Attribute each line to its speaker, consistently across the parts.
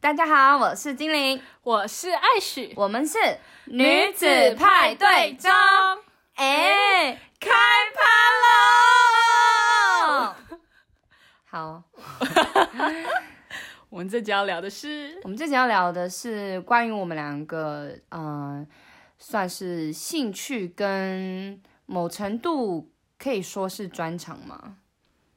Speaker 1: 大家好，我是精灵，
Speaker 2: 我是艾许，
Speaker 1: 我们是
Speaker 2: 中。
Speaker 1: 哎、开趴喽！好，
Speaker 2: 我们这集要聊的是
Speaker 1: 我们这集要聊的是关于我们两个，嗯、算是兴趣跟某程度可以说是专长嘛，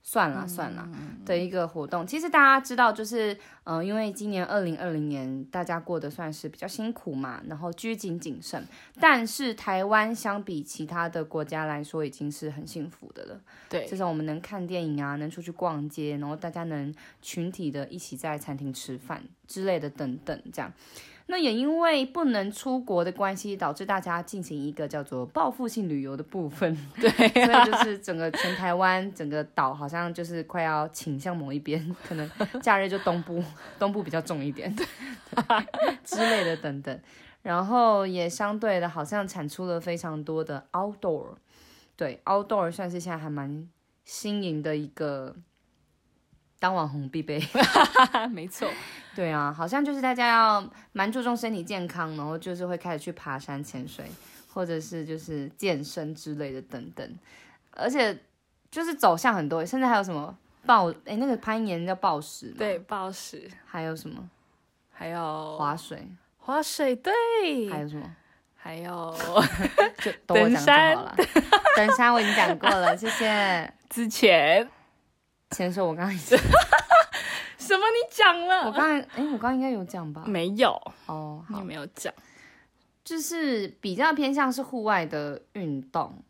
Speaker 1: 算了算了的一个活动。其实大家知道，就是嗯、呃因为今年二零二零年大家过得算是比较辛苦嘛，然后拘谨谨慎，但是台湾相比其他的国家来说，已经是很幸福的了。
Speaker 2: 对
Speaker 1: 至少我们能看电影啊，能出去逛街，然后大家能群体的一起在餐厅吃饭之类的，等等这样。那也因为不能出国的关系，导致大家进行一个叫做报复性旅游的部分，
Speaker 2: 对，
Speaker 1: 所以就是整个全台湾整个岛好像就是快要倾向某一边，可能假日就东部，东部比较重一点，对之类的等等。然后也相对的，好像产出了非常多的 outdoor，对 outdoor 算是现在还蛮新颖的一个当网红必备。
Speaker 2: 啊没错，
Speaker 1: 对啊，好像就是大家要蛮注重身体健康，然后就是会开始去爬山、潜水，或者是就是健身之类的等等，而且就是走向很多，甚至还有什么暴哎、那个攀岩叫暴食，，
Speaker 2: 对，暴食，
Speaker 1: 还有什么
Speaker 2: 还有
Speaker 1: 划水，
Speaker 2: 划水，对，
Speaker 1: 还有什 么
Speaker 2: 还 有
Speaker 1: 就等我
Speaker 2: 登
Speaker 1: 讲就
Speaker 2: 山
Speaker 1: 好了。 登山我已经讲过了，谢谢。
Speaker 2: 之前
Speaker 1: 潜水我刚刚已经，
Speaker 2: 什么你讲
Speaker 1: 我
Speaker 2: 了？
Speaker 1: 刚才哎、我刚刚应该有讲吧？
Speaker 2: 没有，
Speaker 1: 哦，好
Speaker 2: 你，没有讲，
Speaker 1: 就是比较偏向是户外的运动，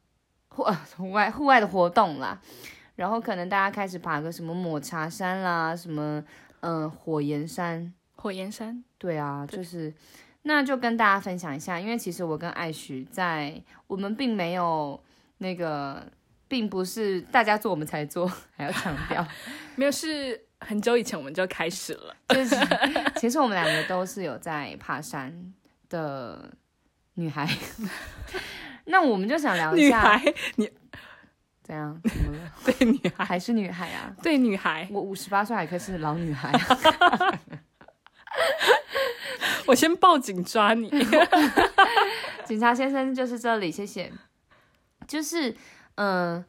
Speaker 1: 户 户外户外的活动啦。然后可能大家开始爬个什么抹茶山啦，什么嗯、呃火焰山，
Speaker 2: 火焰山，
Speaker 1: 对啊，就是那就跟大家分享一下，因为其实我跟艾许在我们并没有那个，并不是大家做我们才做， 还要强调，
Speaker 2: 没有，是很久以前我们就开始了，
Speaker 1: 就是其实我们两个都是有在爬山的女孩。 那我们就想聊一
Speaker 2: 女
Speaker 1: 下，
Speaker 2: 孩，
Speaker 1: 怎样？怎么了？
Speaker 2: 对女孩，
Speaker 1: 还是女孩啊？
Speaker 2: 对女孩，
Speaker 1: 我五十八岁还可以是老女孩、啊，
Speaker 2: 我先报警抓你，
Speaker 1: 警察先生就是这里，谢谢。就是，嗯、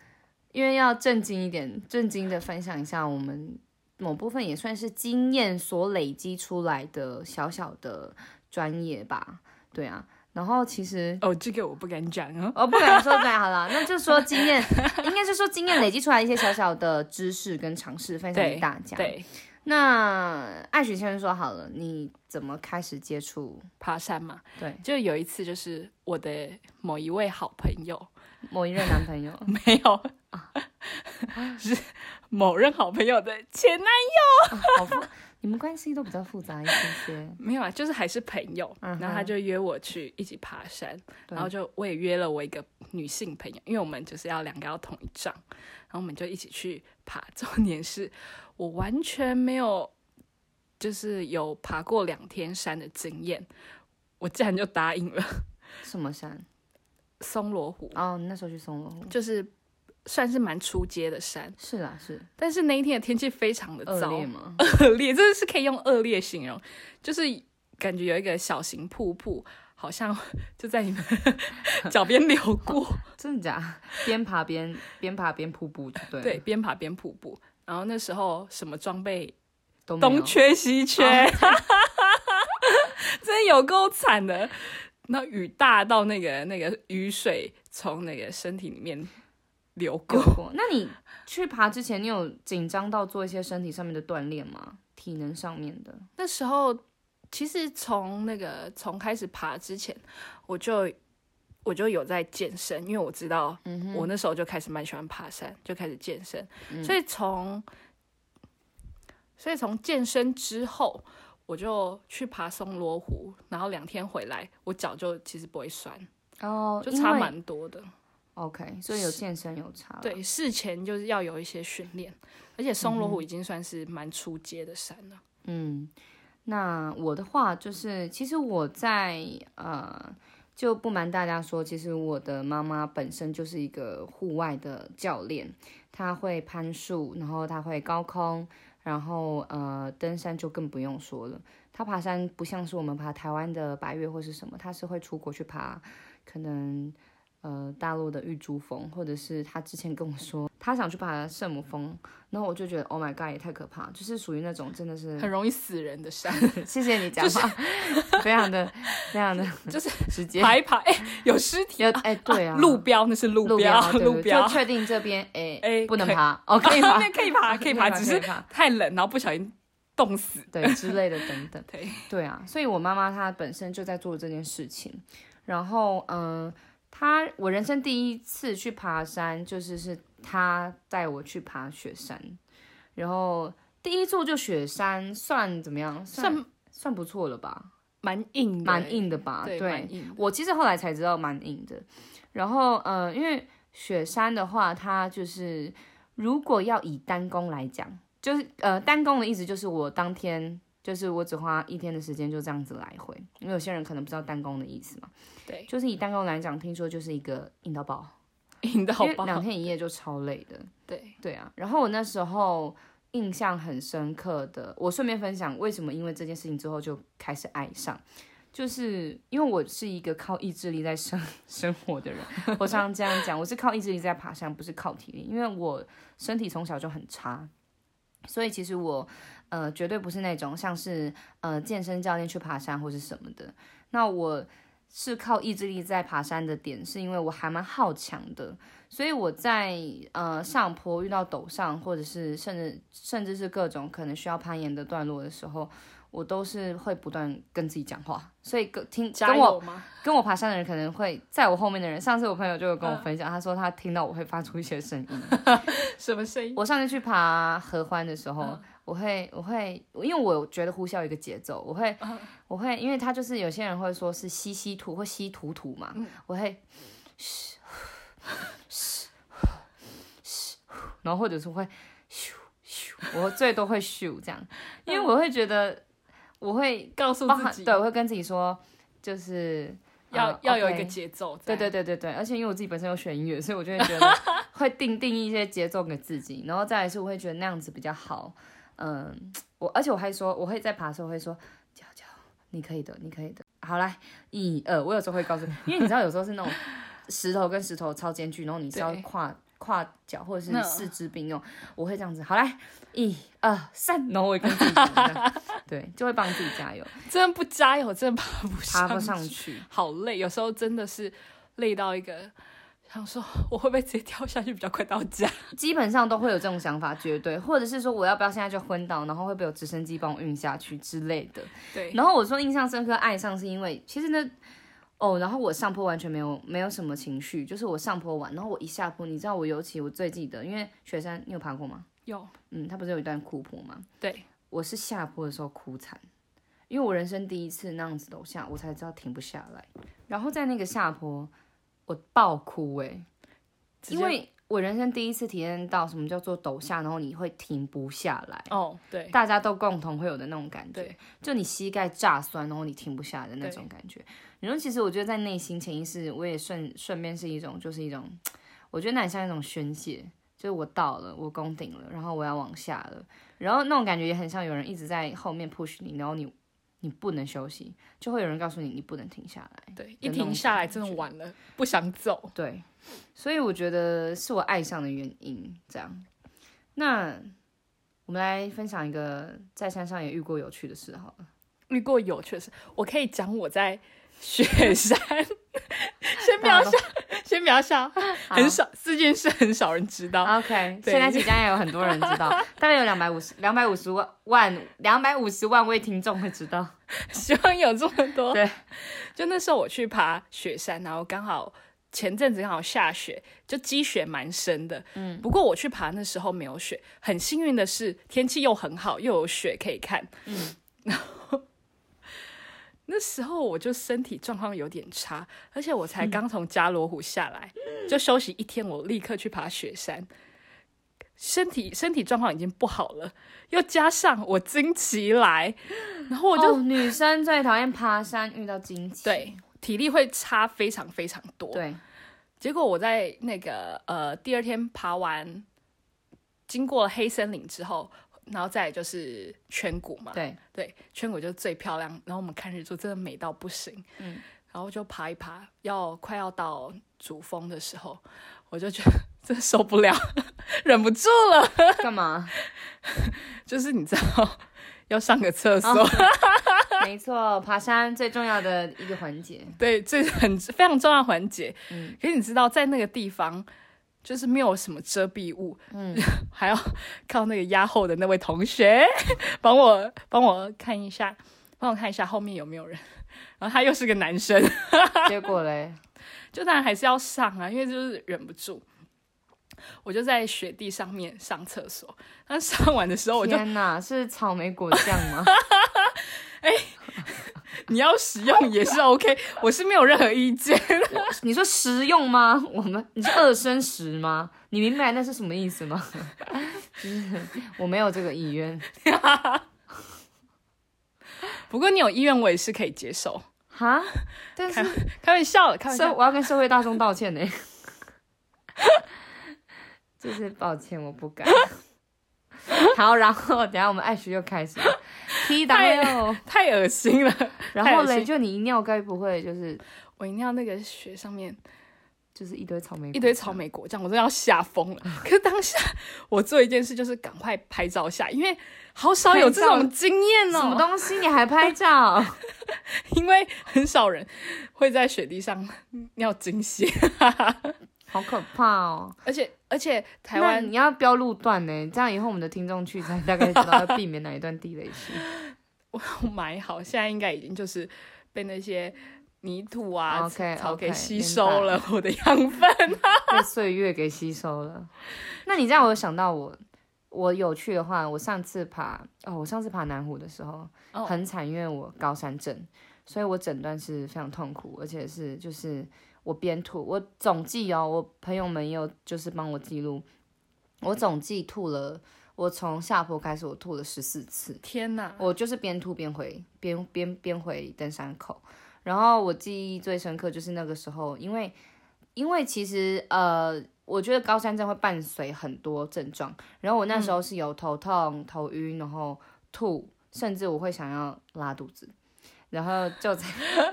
Speaker 1: 因为要正经一点，正经的分享一下我们某部分也算是经验所累积出来的小小的专业吧，对啊。然后其实
Speaker 2: 哦，这个我不敢讲哦，
Speaker 1: 我不敢说对，好了，那就说经验，应该是说经验累积出来一些小小的知识跟尝试，分享给
Speaker 2: 对
Speaker 1: 大家。
Speaker 2: 对，
Speaker 1: 那艾许先生说好了，你怎么开始接触？
Speaker 2: 爬山嘛，
Speaker 1: 对，
Speaker 2: 就有一次，就是我的某一位好朋友，
Speaker 1: 某一任男朋友
Speaker 2: 没有， 是某任好朋友的前男，
Speaker 1: 好复，你们关系都比较复杂一些些。
Speaker 2: 没有啊，就是还是朋友。
Speaker 1: 嗯哼
Speaker 2: 然后他就约我去一起爬山，
Speaker 1: 对
Speaker 2: 然后就我也约了我一个女性朋友，因为我们就是要两个要同一帐，然后我们就一起去爬。重点是我完全没有，就是有爬过两天山的经验，我竟然就答应了
Speaker 1: 什么山？
Speaker 2: 松罗湖，
Speaker 1: 哦，你那时候去松罗湖。
Speaker 2: 就是算是蛮出街的山。
Speaker 1: 是啦，是
Speaker 2: 但是那一天的天气非常的
Speaker 1: 恶
Speaker 2: 糟，
Speaker 1: 劣吗？
Speaker 2: 恶劣 真的是可以用恶劣形容，就是感觉有一个小型瀑布，好像就在你 们脚边流过，
Speaker 1: 真的假？边爬边边爬边瀑布，对了
Speaker 2: 对，边爬边瀑布。然后那时候什么装备
Speaker 1: 都没有哦
Speaker 2: 东缺西缺， 真的有够惨的。那雨大到那个那个雨水从那个身体里面流
Speaker 1: 有
Speaker 2: 过，
Speaker 1: 过。那你去爬之前，你有紧张到做一些身体上面的锻炼吗？体能上面的？
Speaker 2: 那时候其实从那个从开始爬之前，我就我就有在健身，因为我知道
Speaker 1: 嗯哼，
Speaker 2: 我那时候就开始蛮喜欢爬山，就开始健身，
Speaker 1: 嗯
Speaker 2: 所以从所以从健身之后。我就去爬松罗湖，然后两天回来，我脚就其实不会酸，
Speaker 1: 哦，
Speaker 2: 就
Speaker 1: 因
Speaker 2: 差
Speaker 1: 为
Speaker 2: 蛮多的。
Speaker 1: OK，所以有健身有差。，
Speaker 2: 对，事前就是要有一些训练，而且松罗湖已经算是蛮出街的山了。
Speaker 1: 嗯，那我的话就是，其实我在呃，就不瞒大家说，其实我的妈妈本身就是一个户外的教练，她会攀树，然后她会高空，然后呃，登山就更不用说了。他爬山不像是我们爬台湾的白月或是什么，他是会出国去爬，可能呃大陆的玉珠峰，或者是他之前跟我说他想去爬圣母峰，然后我就觉得 Oh my God，也太可怕，就是属于那种真的是
Speaker 2: 很容易死人的山，
Speaker 1: 谢谢你讲话，非常的非常的
Speaker 2: 就是
Speaker 1: 直接。
Speaker 2: 爬一爬，哎、有尸体
Speaker 1: 要哎、对啊，
Speaker 2: 路标那是路
Speaker 1: 路
Speaker 2: 标，
Speaker 1: 对
Speaker 2: 路
Speaker 1: 对
Speaker 2: 标
Speaker 1: 就确定这边哎
Speaker 2: 哎
Speaker 1: 不能
Speaker 2: 可以
Speaker 1: 爬，哦可以爬，
Speaker 2: 那可以爬，可以爬，只
Speaker 1: 可
Speaker 2: 是
Speaker 1: 以爬
Speaker 2: 太冷，然后不小心冻死。
Speaker 1: 对之类的等等。
Speaker 2: 对，
Speaker 1: 对啊，所以我妈妈她本身就在做这件事情。然后，嗯、她我人生第一次去爬山，就是是她带我去爬雪山。然后第一座就雪山，算怎么样？算
Speaker 2: 算
Speaker 1: 算不错了吧，
Speaker 2: 蛮硬的，
Speaker 1: 蛮硬的吧？
Speaker 2: 对，蛮硬的。
Speaker 1: 我其实后来才知道蛮硬的。然后，呃，因为雪山的话，它就是如果要以单攻来讲，就是呃，单攻的意思就是我当天就是我只花一天的时间就这样子来回，因为有些人可能不知道单攻的意思嘛，
Speaker 2: 对，
Speaker 1: 就是以单攻来讲，听说就是一个硬到爆，
Speaker 2: 硬的好
Speaker 1: 因为
Speaker 2: 不
Speaker 1: 两
Speaker 2: 好？
Speaker 1: 天一夜就超累的。
Speaker 2: 对，
Speaker 1: 对啊，然后我那时候印象很深刻的，我顺便分享为什么因为这件事情之后就开始爱上，就是因为我是一个靠意志力在生 生活的人，我常常这样讲，我是靠意志力在爬山，不是靠体力，因为我身体从小就很差。所以其实我，呃，绝对不是那种像是呃健身教练去爬山或是什么的。那我是靠意志力在爬山的点，是因为我还蛮好强的。所以我在呃上坡遇到陡上，或者是甚至甚至是各种可能需要攀岩的段落的时候，我都是会不断跟自己讲话。所以跟听
Speaker 2: 加
Speaker 1: 跟我
Speaker 2: 油吗？
Speaker 1: 跟我爬山的人可能会在我后面的人，上次我朋友就有跟
Speaker 2: 嗯
Speaker 1: 我分享，他说他听到我会发出一些声音。
Speaker 2: 什么声音？
Speaker 1: 我上次去爬合欢的时候，
Speaker 2: 嗯
Speaker 1: 我会我会，因为我觉得呼啸有一个节奏，我会、
Speaker 2: 嗯
Speaker 1: 我会，因为它就是有些人会说是吸吸吐或吸吐吐嘛，
Speaker 2: 嗯
Speaker 1: 我会然后或者是会咻咻，我最多会咻这样，因为我会觉得我会
Speaker 2: 告诉
Speaker 1: 包含
Speaker 2: 嗯自己
Speaker 1: 对，我会跟自己说就是。
Speaker 2: 要
Speaker 1: 呃
Speaker 2: 要有一
Speaker 1: OK
Speaker 2: 个节奏。
Speaker 1: 对对，对对对，而且因为我自己本身有选音乐，所以我就会觉得会定定一些节奏给自己，然后再来是我会觉得那样子比较好。嗯，我而且我还说，我会在爬的时候会说，娇娇，你可以的，你可以的。好来，一二，我有时候会告诉你，因为你知道有时候是那种石头跟石头超间距，然后你是要
Speaker 2: 对
Speaker 1: 跨跨脚或者
Speaker 2: 那
Speaker 1: 是四肢并用，哦我会这样子，好来，一二三，然后我会跟自己讲这样，对，就会帮自己加油，
Speaker 2: 真的不加油，真的爬不
Speaker 1: 爬不
Speaker 2: 上
Speaker 1: 上
Speaker 2: 去
Speaker 1: 去。
Speaker 2: 好累，有时候真的是累到一个想说，我会不会直接跳下去比较快到 家？
Speaker 1: 基本上都会有这种想法，绝对，或者是说我要不要现在就昏倒，然后会不会有直升机帮我运下去之类的。
Speaker 2: 对，
Speaker 1: 然后我说印象深刻，爱上是因为其实呢，哦，然后我上坡完全没有没有什么情绪，就是我上坡完，然后我一下坡，你知道我尤其我最记得，因为雪山你有爬过吗？
Speaker 2: 有
Speaker 1: 嗯，它不是有一段哭坡吗？
Speaker 2: 对，
Speaker 1: 我是下坡的时候哭惨，因为我人生第一次那样子楼下，我才知道停不下来。然后在那个下坡，我爆哭哎、
Speaker 2: 直接
Speaker 1: 因为我人生第一次体验到什么叫做抖下，然后你会停不下来，
Speaker 2: 哦对
Speaker 1: 大家都共同会有的那种感觉
Speaker 2: 对，
Speaker 1: 就你膝盖炸酸，然后你停不下来的那种感觉。然后其实我觉得在内心潜意识，我也顺顺便是一种，就是一种，我觉得那很像一种宣泄，就是我到了，我攻顶了，然后我要往下了，然后那种感觉也很像有人一直在后面 push 你，然后你你不能休息，就会有人告诉你你不能停下来。
Speaker 2: 对，
Speaker 1: 那
Speaker 2: 一
Speaker 1: 种
Speaker 2: 停下来
Speaker 1: 感觉
Speaker 2: 真的完了，不想走。
Speaker 1: 对，所以我觉得是我爱上的原因。这样，那我们来分享一个在山上也遇过有趣的事好了。
Speaker 2: 遇过有趣的事，我可以讲我在雪山，先不要笑，先不要笑，很少这件事很少人知道。
Speaker 1: OK，
Speaker 2: 对
Speaker 1: 现在请将也有很多人知 道，大概有两百五十、两百五十万万、两百五十万位听众会知道。
Speaker 2: 希望有这么多。
Speaker 1: 对，
Speaker 2: 就那时候我去爬雪山，然后刚好前阵子刚好下雪，就积雪蛮深的。嗯，不过我去爬那时候没有雪，很幸运的是天气又很好，又有雪可以看。 嗯，然后那时候我就身体状况有点差，而且我才刚从加罗湖下来，就休息一天，我立刻去爬雪山。身体身体状况已经不好了，又加上我经期来，然后我就
Speaker 1: 哦、女生最讨厌爬山遇到惊奇。
Speaker 2: 对，体力会差非常非常多。，
Speaker 1: 对，
Speaker 2: 结果我在那个呃第二天爬完，经过黑森林之后，然后再来就是颧骨嘛，
Speaker 1: 对，
Speaker 2: 对，颧骨就是最漂亮。然后我们看日出真的美到不行，
Speaker 1: 嗯，
Speaker 2: 然后就爬一爬，要快要到主峰的时候，我就觉得 真受不了，忍不住了，
Speaker 1: 干嘛？
Speaker 2: 就是你知道要上个厕
Speaker 1: 哦
Speaker 2: 所，
Speaker 1: 没错，爬山最重要的一个环节，
Speaker 2: 对，这是很非常重要的环节。
Speaker 1: 嗯
Speaker 2: 可是你知道，在那个地方。就是没有什么遮蔽物，
Speaker 1: 嗯，
Speaker 2: 还要靠那个压后的那位同学帮我帮我看一下，帮我看一下后面有没有人。然后他又是个男生，
Speaker 1: 结果嘞，
Speaker 2: 就当然还是要上啊，因为就是忍不住。我就在雪地上面上厕所，那上完的时 候我就
Speaker 1: 天哪，是草莓果酱吗？
Speaker 2: 你要使用也是 OK，我是没有任何意见。
Speaker 1: 你说实用吗？ 我们你是二升十吗？你明白那是什么意思吗？ 就是我没有这个意愿。
Speaker 2: 不过你有意愿，我也是可以接受。
Speaker 1: 哈，但是
Speaker 2: 开玩笑的，开玩
Speaker 1: 社
Speaker 2: 笑。
Speaker 1: 我要跟社会大众道歉呢， 就是抱歉，我不 敢。好，然后等一下我们爱学又开始 了 T W，
Speaker 2: 太恶心了！
Speaker 1: 然后
Speaker 2: 太恶
Speaker 1: 嘞，
Speaker 2: 心
Speaker 1: 就你一尿该不会就是
Speaker 2: 我一定要那个雪上面
Speaker 1: 就是一堆草莓，
Speaker 2: 一堆草，莓果酱，我真的要吓疯了。可是当下我做一件事，就是赶快拍照下，因为好少有这种经验
Speaker 1: 什么
Speaker 2: 哦，
Speaker 1: 东西你还拍照？
Speaker 2: 因为很少人会在雪地上
Speaker 1: 嗯
Speaker 2: 尿惊血。
Speaker 1: 好可怕哦！
Speaker 2: 而且而且台
Speaker 1: 那
Speaker 2: 湾
Speaker 1: 你要标路段呢，这样以后我们的听众去才大概知道要避免哪一段地雷 区。
Speaker 2: 买好，现在应该已经就是被那些泥土啊、
Speaker 1: OK，
Speaker 2: 草
Speaker 1: OK，
Speaker 2: 给吸收了我的养分。
Speaker 1: 被岁月给吸收了。那你这样，我有想到我，我有去的话，我上次爬哦，我上次爬南湖的时候、
Speaker 2: 哦
Speaker 1: 很惨，因为我高山症，所以我诊断是非常痛苦，而且是就是我边吐，我总计哦，我朋友们也有就是帮我记录，我总计吐了，我从下坡开始我吐了十四次。
Speaker 2: 天哪！
Speaker 1: 我就是边吐边回，边边边回登山口。然后我记忆最深刻就是那个时候，因为因为其实呃，我觉得高山症会伴随很多症状。然后我那时候是有头痛、头晕，然后吐，甚至我会想要拉肚子。然后就在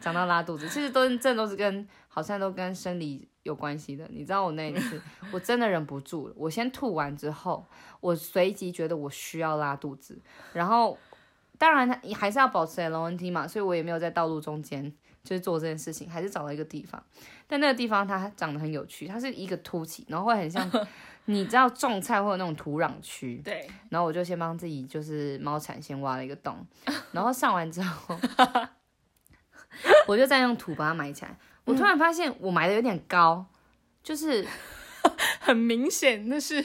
Speaker 1: 讲到拉肚子，其实都这都是跟好像都跟生理有关系的。你知道我那一次，我真的忍不住了，我先吐完之后，我随即觉得我需要拉肚子，然后当然他还是要保持 LNT 嘛，所以我也没有在道路中间就是做这件事情，还是找了一个地方。但那个地方它长得很有趣，它是一个凸起，然后会很像你知道种菜会有那种土壤区，
Speaker 2: 对，
Speaker 1: 然后我就先帮自己就是猫铲先挖了一个洞，然后上完之后，我就再用土把它埋起来。我突然发现我埋的有点高，就是
Speaker 2: 很明显那是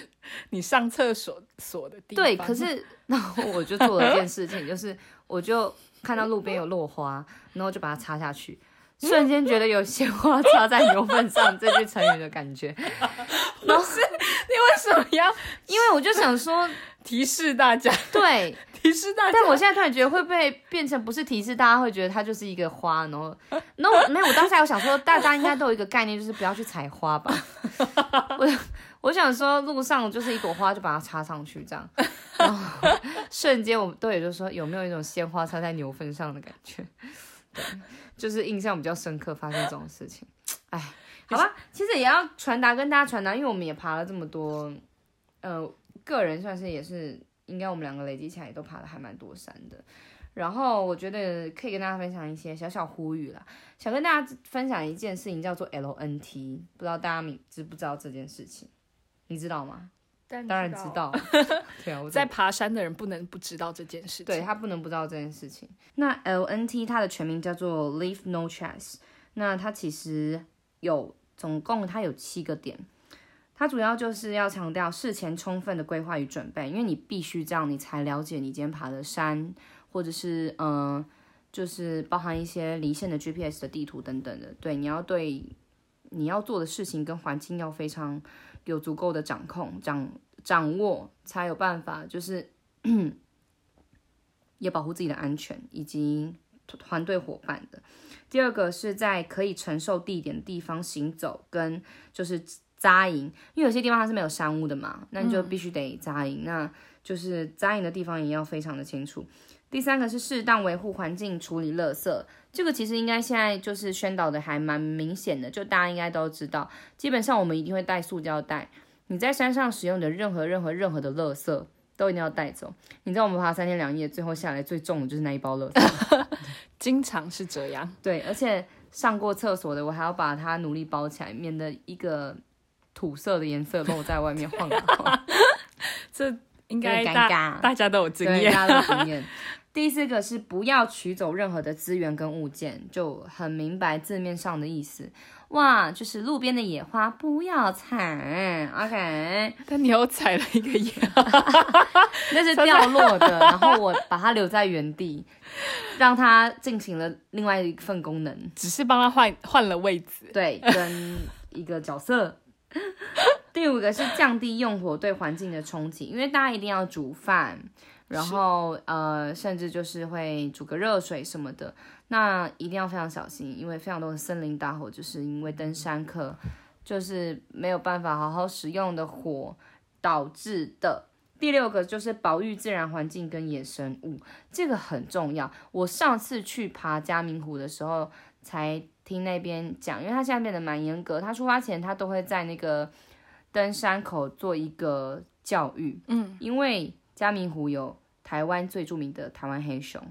Speaker 2: 你上厕所所的地方。
Speaker 1: 对，可是然后我就做了一件事情，就是我就看到路边有落花，然后就把它插下去，瞬间觉得有鲜花插在牛粪上这句成语的感觉。 然后，
Speaker 2: 你为什么要
Speaker 1: 因为我就想说，
Speaker 2: 提示大家？
Speaker 1: 对，
Speaker 2: 提示 大家？
Speaker 1: 但我现在突然觉得会不会变成不是提示，大家会觉得它就是一个花，然后，然后我没有，我当下有想说，大家应该都有一个概念，就是不要去采花吧。我我想说，路上就是一朵花，就把它插上去这样，然后瞬间我们队友就说有没有一种鲜花插在牛粪上的感觉，对就是印象比较深刻，发生这种事情，哎，好吧，其实也要传达跟大家传达，因为我们也爬了这么多，呃，个人算是也是应该我们两个累积起来也都爬了还蛮多山的。然后我觉得可以跟大家分享一些小小呼吁啦，想跟大家分享一件事情叫做 LNT，不知道大家明知不知道这件事情，你知道吗？
Speaker 2: 但
Speaker 1: 当然知。道， 对啊，我
Speaker 2: 在爬山的人不能不知道这件事情。
Speaker 1: 对，他不能不知道这件事情。那 LNT 它的全名叫做 Leave No Trace，那它其实有总共它有七个点，它主要就是要强调事前充分的规划与准备，因为你必须这样，你才了解你今天爬的山，或者是嗯、呃就是包含一些离线的 GPS 的地图等等的。对，你要对你要做的事情跟环境要非常有足够的掌控掌掌握，才有办法就是也保护自己的安全以及团队伙伴的。第二个是在可以承受地点的地方行走，跟就是扎营，因为有些地方它是没有山屋的嘛，那你就必须得扎营。那就是扎营的地方也要非常的清楚。第三个是适当维护环境，处理垃圾。这个其实应该现在就是宣导的还蛮明显的，就大家应该都知道。基本上我们一定会带塑胶袋，你在山上使用的任何任何任何的垃圾都一定要带走。你知道我们爬三天两夜，最后下来最重的就是那一包垃圾。
Speaker 2: 经常是这样，
Speaker 1: 对，而且上过厕所的，我还要把它努力包起来，免得一个土色的颜色露在外面晃啊晃，
Speaker 2: 这应
Speaker 1: 有
Speaker 2: 该
Speaker 1: 点尴
Speaker 2: 大
Speaker 1: 尬。
Speaker 2: 大家都有经
Speaker 1: 对
Speaker 2: 验。
Speaker 1: 大家都有经验。第四个是不要取走任何的资源跟物件，就很明白字面上的意思。哇，就是路边的野花不要采，OK，
Speaker 2: 但你又踩了一个眼，
Speaker 1: 那是掉落的，然后我把它留在原地，让它进行了另外一份功能，
Speaker 2: 只是帮他换换了位置。
Speaker 1: 对，跟一个角色。第五个是降低用火对环境的冲击，因为大家一定要煮饭，然后呃，甚至就是会煮个热水什么的，那一定要非常小心，因为非常多的森林大火，就是因为登山客就是没有办法好好使用的火导致的。第六个就是保育自然环境跟野生物，这个很重要。我上次去爬嘉明湖的时候，才听那边讲，因为他现在变得蛮严格，他出发前他都会在那个登山口做一个教育，嗯，因为嘉明湖有台湾最著名的台湾黑熊，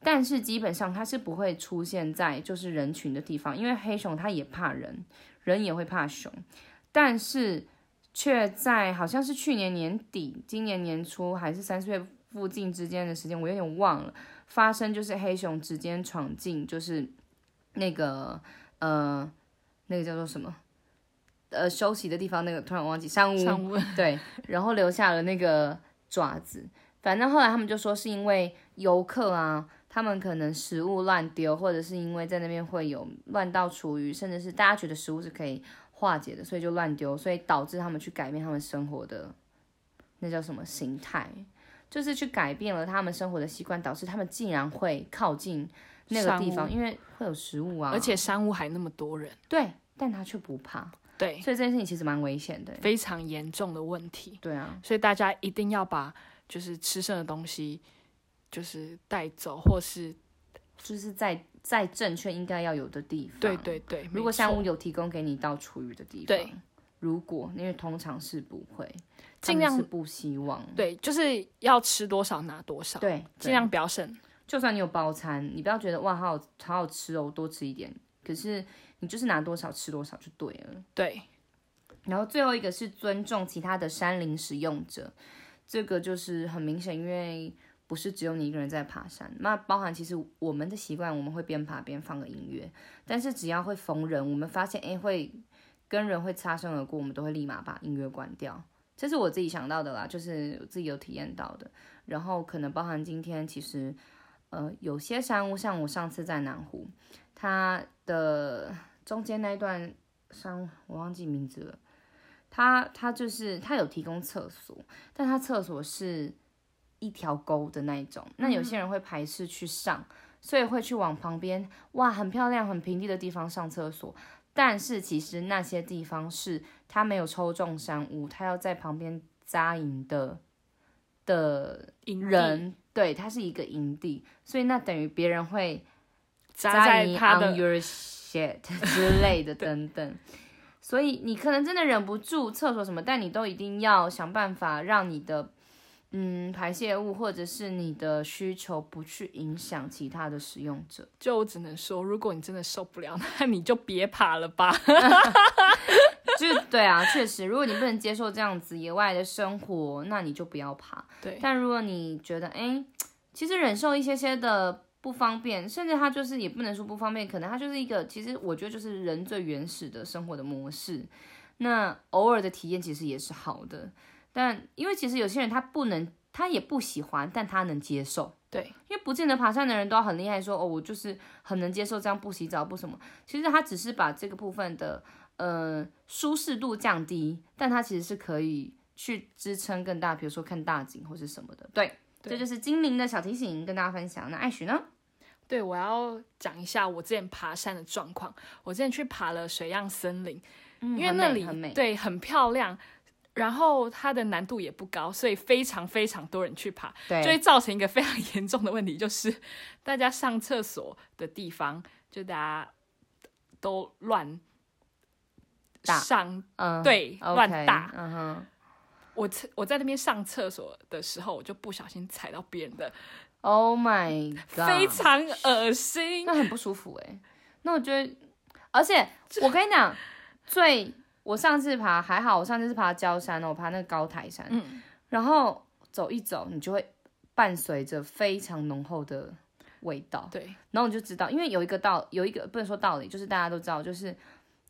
Speaker 1: 但是基本上它是不会出现在就是人群的地方，因为黑熊它也怕人，人也会怕熊，但是却在好像是去年年底、今年年初还是三四月附近之间的时间，我有点忘了，发生就是黑熊直接闯进就是那个呃那个叫做什么呃休息的地方，那个突然忘记山屋
Speaker 2: 上问
Speaker 1: 对，然后留下了那个爪子。反正后来他们就说是因为游客啊，他们可能食物乱丢，或者是因为在那边会有乱倒厨余，甚至是大家觉得食物是可以化解的，所以就乱丢，所以导致他们去改变他们生活的那叫什么形态，就是去改变了他们生活的习惯，导致他们竟然会靠近那个地
Speaker 2: 山
Speaker 1: 方，
Speaker 2: 屋
Speaker 1: 因为会有食物啊，
Speaker 2: 而且山屋还那么多人，
Speaker 1: 对，但他却不怕，
Speaker 2: 对，
Speaker 1: 所以这件事情其实蛮危险的。欸
Speaker 2: 非常严重的问题。
Speaker 1: 对啊，
Speaker 2: 所以大家一定要把就是吃剩的东西就是带走，或是
Speaker 1: 就是在在正确应该要有的地方。
Speaker 2: 对，对对，
Speaker 1: 嗯如果
Speaker 2: 像
Speaker 1: 山屋有提供给你倒厨余的地方，
Speaker 2: 对，
Speaker 1: 如果因为通常是不会，他
Speaker 2: 尽
Speaker 1: 们
Speaker 2: 量
Speaker 1: 是嗯不希望，
Speaker 2: 对，就是要吃多少拿多少，
Speaker 1: 对，对
Speaker 2: 尽量不要剩。
Speaker 1: 就算你有包餐，你不要觉得哇好好好好吃哦，我多吃一点，可是你就是拿多少吃多少就对了。
Speaker 2: 对，
Speaker 1: 然后最后一个是尊重其他的山林使用者，这个就是很明显，因为不是只有你一个人在爬山，那包含其实我们的习惯，我们会边爬边放个音乐，但是只要会逢人，我们发现诶会跟人会擦身而过，我们都会立马把音乐关掉。这是我自己想到的啦，就是我自己有体验到的。然后可能包含今天其实，呃，有些山屋，像我上次在南湖，它的中间那一段山，我忘记名字了。它它就是它有提供厕所，但它厕所是一条沟的那一种。那有些人会排斥去上，所以会去往旁边哇很漂亮很平地的地方上厕所。但是其实那些地方是他没有抽中山屋，他要在旁边扎营的的
Speaker 2: 营地
Speaker 1: 人，对，它是一个营地，所以那等于别人会
Speaker 2: 扎在
Speaker 1: 你
Speaker 2: 他
Speaker 1: on
Speaker 2: 的
Speaker 1: your shit 之类的等等。所以你可能真的忍不住厕所什么，但你都一定要想办法让你的嗯排泄物或者是你的需求不去影响其他的使用者。
Speaker 2: 就我只能说，如果你真的受不了， 那你就别爬 了吧。
Speaker 1: 就是对啊，确实，如果你不能接受这样子野外的生活，那你就不要爬。
Speaker 2: 对，
Speaker 1: 但如果你觉得，哎、其实忍受一些些的不方便，甚至它就是也不能说不方便，可能它就是一个，其实我觉得就是人最原始的生活的模式。那偶尔的体验其实也是好的，但因为其实有些人他不能，他也不喜欢，但他能接受。
Speaker 2: 对，
Speaker 1: 因为不见得爬山的人都要很厉害说，哦，我就是很能接受这样不洗澡不什么。其实他只是把这个部分的呃舒适度降低，但他其实是可以去支撑更大，比如说看大景或是什么的。对，
Speaker 2: 对
Speaker 1: 这就是精灵的小提醒跟大家分享。那艾许呢？
Speaker 2: 对，我要讲一下我之前爬山的状况。我之前去爬了水漾森林，
Speaker 1: 嗯
Speaker 2: 因为
Speaker 1: 很
Speaker 2: 那
Speaker 1: 美
Speaker 2: 里
Speaker 1: 很美，
Speaker 2: 对很漂亮，然后它的难度也不高，所以非常非常多人去爬，
Speaker 1: 对，
Speaker 2: 就会造成一个非常严重的问题，就是大家上厕所的地方，就大家都乱
Speaker 1: 大
Speaker 2: 上，
Speaker 1: 嗯，
Speaker 2: 对，
Speaker 1: OK，
Speaker 2: 乱大。
Speaker 1: 嗯哼，
Speaker 2: 我厕我在那边上厕所的时候，我就不小心踩到别人的，
Speaker 1: ，Oh my god，
Speaker 2: 非常恶心。
Speaker 1: 那很不舒服哎、那我觉得，而且我跟你讲，最我上次爬还好，我上次是爬焦山哦，我爬那个高台山，
Speaker 2: 嗯，
Speaker 1: 然后走一走，你就会伴随着非常浓厚的味道，
Speaker 2: 对，
Speaker 1: 然后你就知道，因为有一个道，有一个不能说道理，就是大家都知道，就是。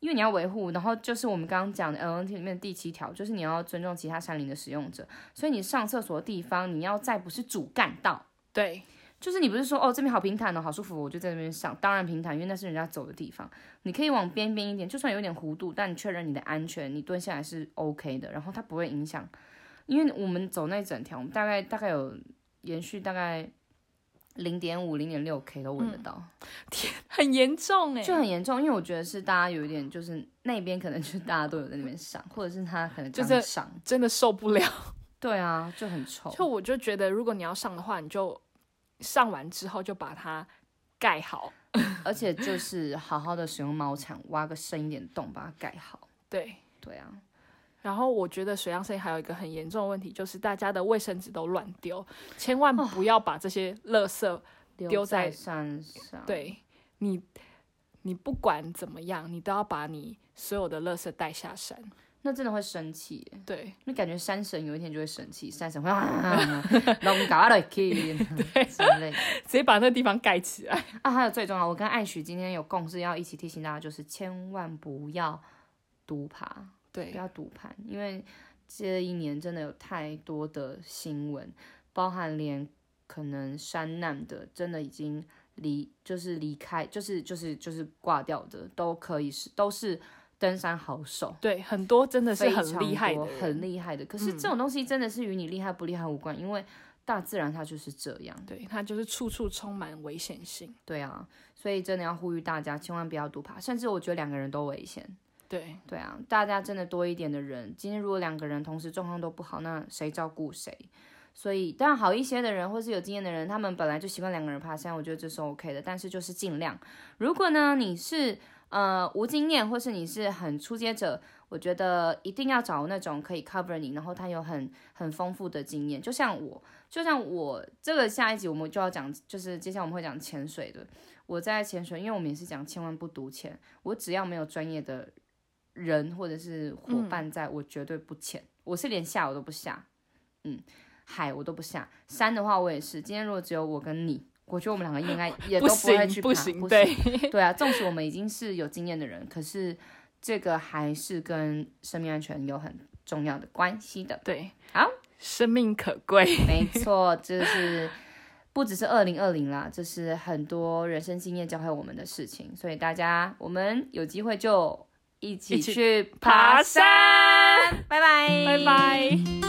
Speaker 1: 因为你要维护，然后就是我们刚刚讲的 LNT 里面的第七条，就是你要尊重其他山林的使用者，所以你上厕所的地方，你要在不是主干道，
Speaker 2: 对，
Speaker 1: 就是你不是说哦这边好平坦哦，好舒服，我就在那边上。当然平坦，因为那是人家走的地方。你可以往边边一点，就算有点弧度，但你确认你的安全，你蹲下来是 OK 的，然后它不会影响。因为我们走那一整条，我们大概大概有延续大概零点五、零点六 K 都
Speaker 2: 嗯
Speaker 1: 闻得到，
Speaker 2: 很严重哎、
Speaker 1: 就很严重。因为我觉得是大家有一点，就是那边可能就是大家都有在那边上，或者是他可能
Speaker 2: 就
Speaker 1: 刚
Speaker 2: 是
Speaker 1: 上。
Speaker 2: 真的受不了。
Speaker 1: 对啊，就很臭。
Speaker 2: 就我就觉得，如果你要上的话，你就上完之后就把它盖好。
Speaker 1: 而且就是好好的使用猫铲，挖个深一点洞把它盖好。
Speaker 2: 对，
Speaker 1: 对啊。
Speaker 2: 然后我觉得水上摄影还有一个很严重的问题，就是大家的卫生纸都乱丢，千万不要把这些垃圾。
Speaker 1: 丢
Speaker 2: 丢
Speaker 1: 在
Speaker 2: 在
Speaker 1: 山上。，
Speaker 2: 对你，你不管怎么样，你都要把你所有的垃圾带下山。
Speaker 1: 那真的会生气耶，
Speaker 2: 对，
Speaker 1: 你感觉山神有一天就会生气，山神会啊 龙嘎的 k 之类的
Speaker 2: 直接把那地方盖起来。
Speaker 1: 啊。还有最重要，我跟艾许今天有共识，要一起提醒大家，就是千万不要独爬，不
Speaker 2: 对，
Speaker 1: 要独攀，因为这一年真的有太多的新闻，包含连可能山难的，真的已经离就是离开，就是就是就是挂掉的，都可以是都是登山好手。
Speaker 2: 对，很多真的是
Speaker 1: 非
Speaker 2: 很
Speaker 1: 常
Speaker 2: 厉害的
Speaker 1: 多
Speaker 2: 人，嗯
Speaker 1: 很厉害的。可是这种东西真的是与你厉害不厉害无关，因为大自然它就是这样。
Speaker 2: 对，它就是处处充满危险性。
Speaker 1: 对啊，所以真的要呼吁大家，千万不要独爬，甚至我觉得两个人都危险。
Speaker 2: 对，
Speaker 1: 对啊，大家真的多一点的人，今天如果两个人同时状况都不好，那谁照顾谁？所以，当然好一些的人或是有经验的人，他们本来就习惯两个人爬山，我觉得这是 OK 的。但是就是尽量，如果呢你是呃无经验，或是你是很初阶者，我觉得一定要找那种可以 cover 你，然后他有很很丰富的经验。就像我，就像我这个下一集我们就要讲，就是接下来我们会讲潜水的。我在潜水，因为我们也是讲千万不独潜，我只要没有专业的人或者是伙
Speaker 2: 嗯
Speaker 1: 伴在，我绝对不潜。我是连下我都不下，嗯，海我都不下，山的话我也是。今天如果只有我跟你，我觉得我们两个应该也都
Speaker 2: 不
Speaker 1: 不会
Speaker 2: 行
Speaker 1: 去爬，
Speaker 2: 不
Speaker 1: 不
Speaker 2: 行，对，
Speaker 1: 对啊，纵使我们已经是有经验的人，可是这个还是跟生命安全有很重要的关系的。
Speaker 2: 对，
Speaker 1: 好，
Speaker 2: 生命可贵，
Speaker 1: 没错，这是不只是二零二零啦，这是很多人生经验教会我们的事情，所以大家我们有机会就一起
Speaker 2: 一起
Speaker 1: 去
Speaker 2: 爬
Speaker 1: 爬
Speaker 2: 山
Speaker 1: 山，拜拜，
Speaker 2: 拜拜。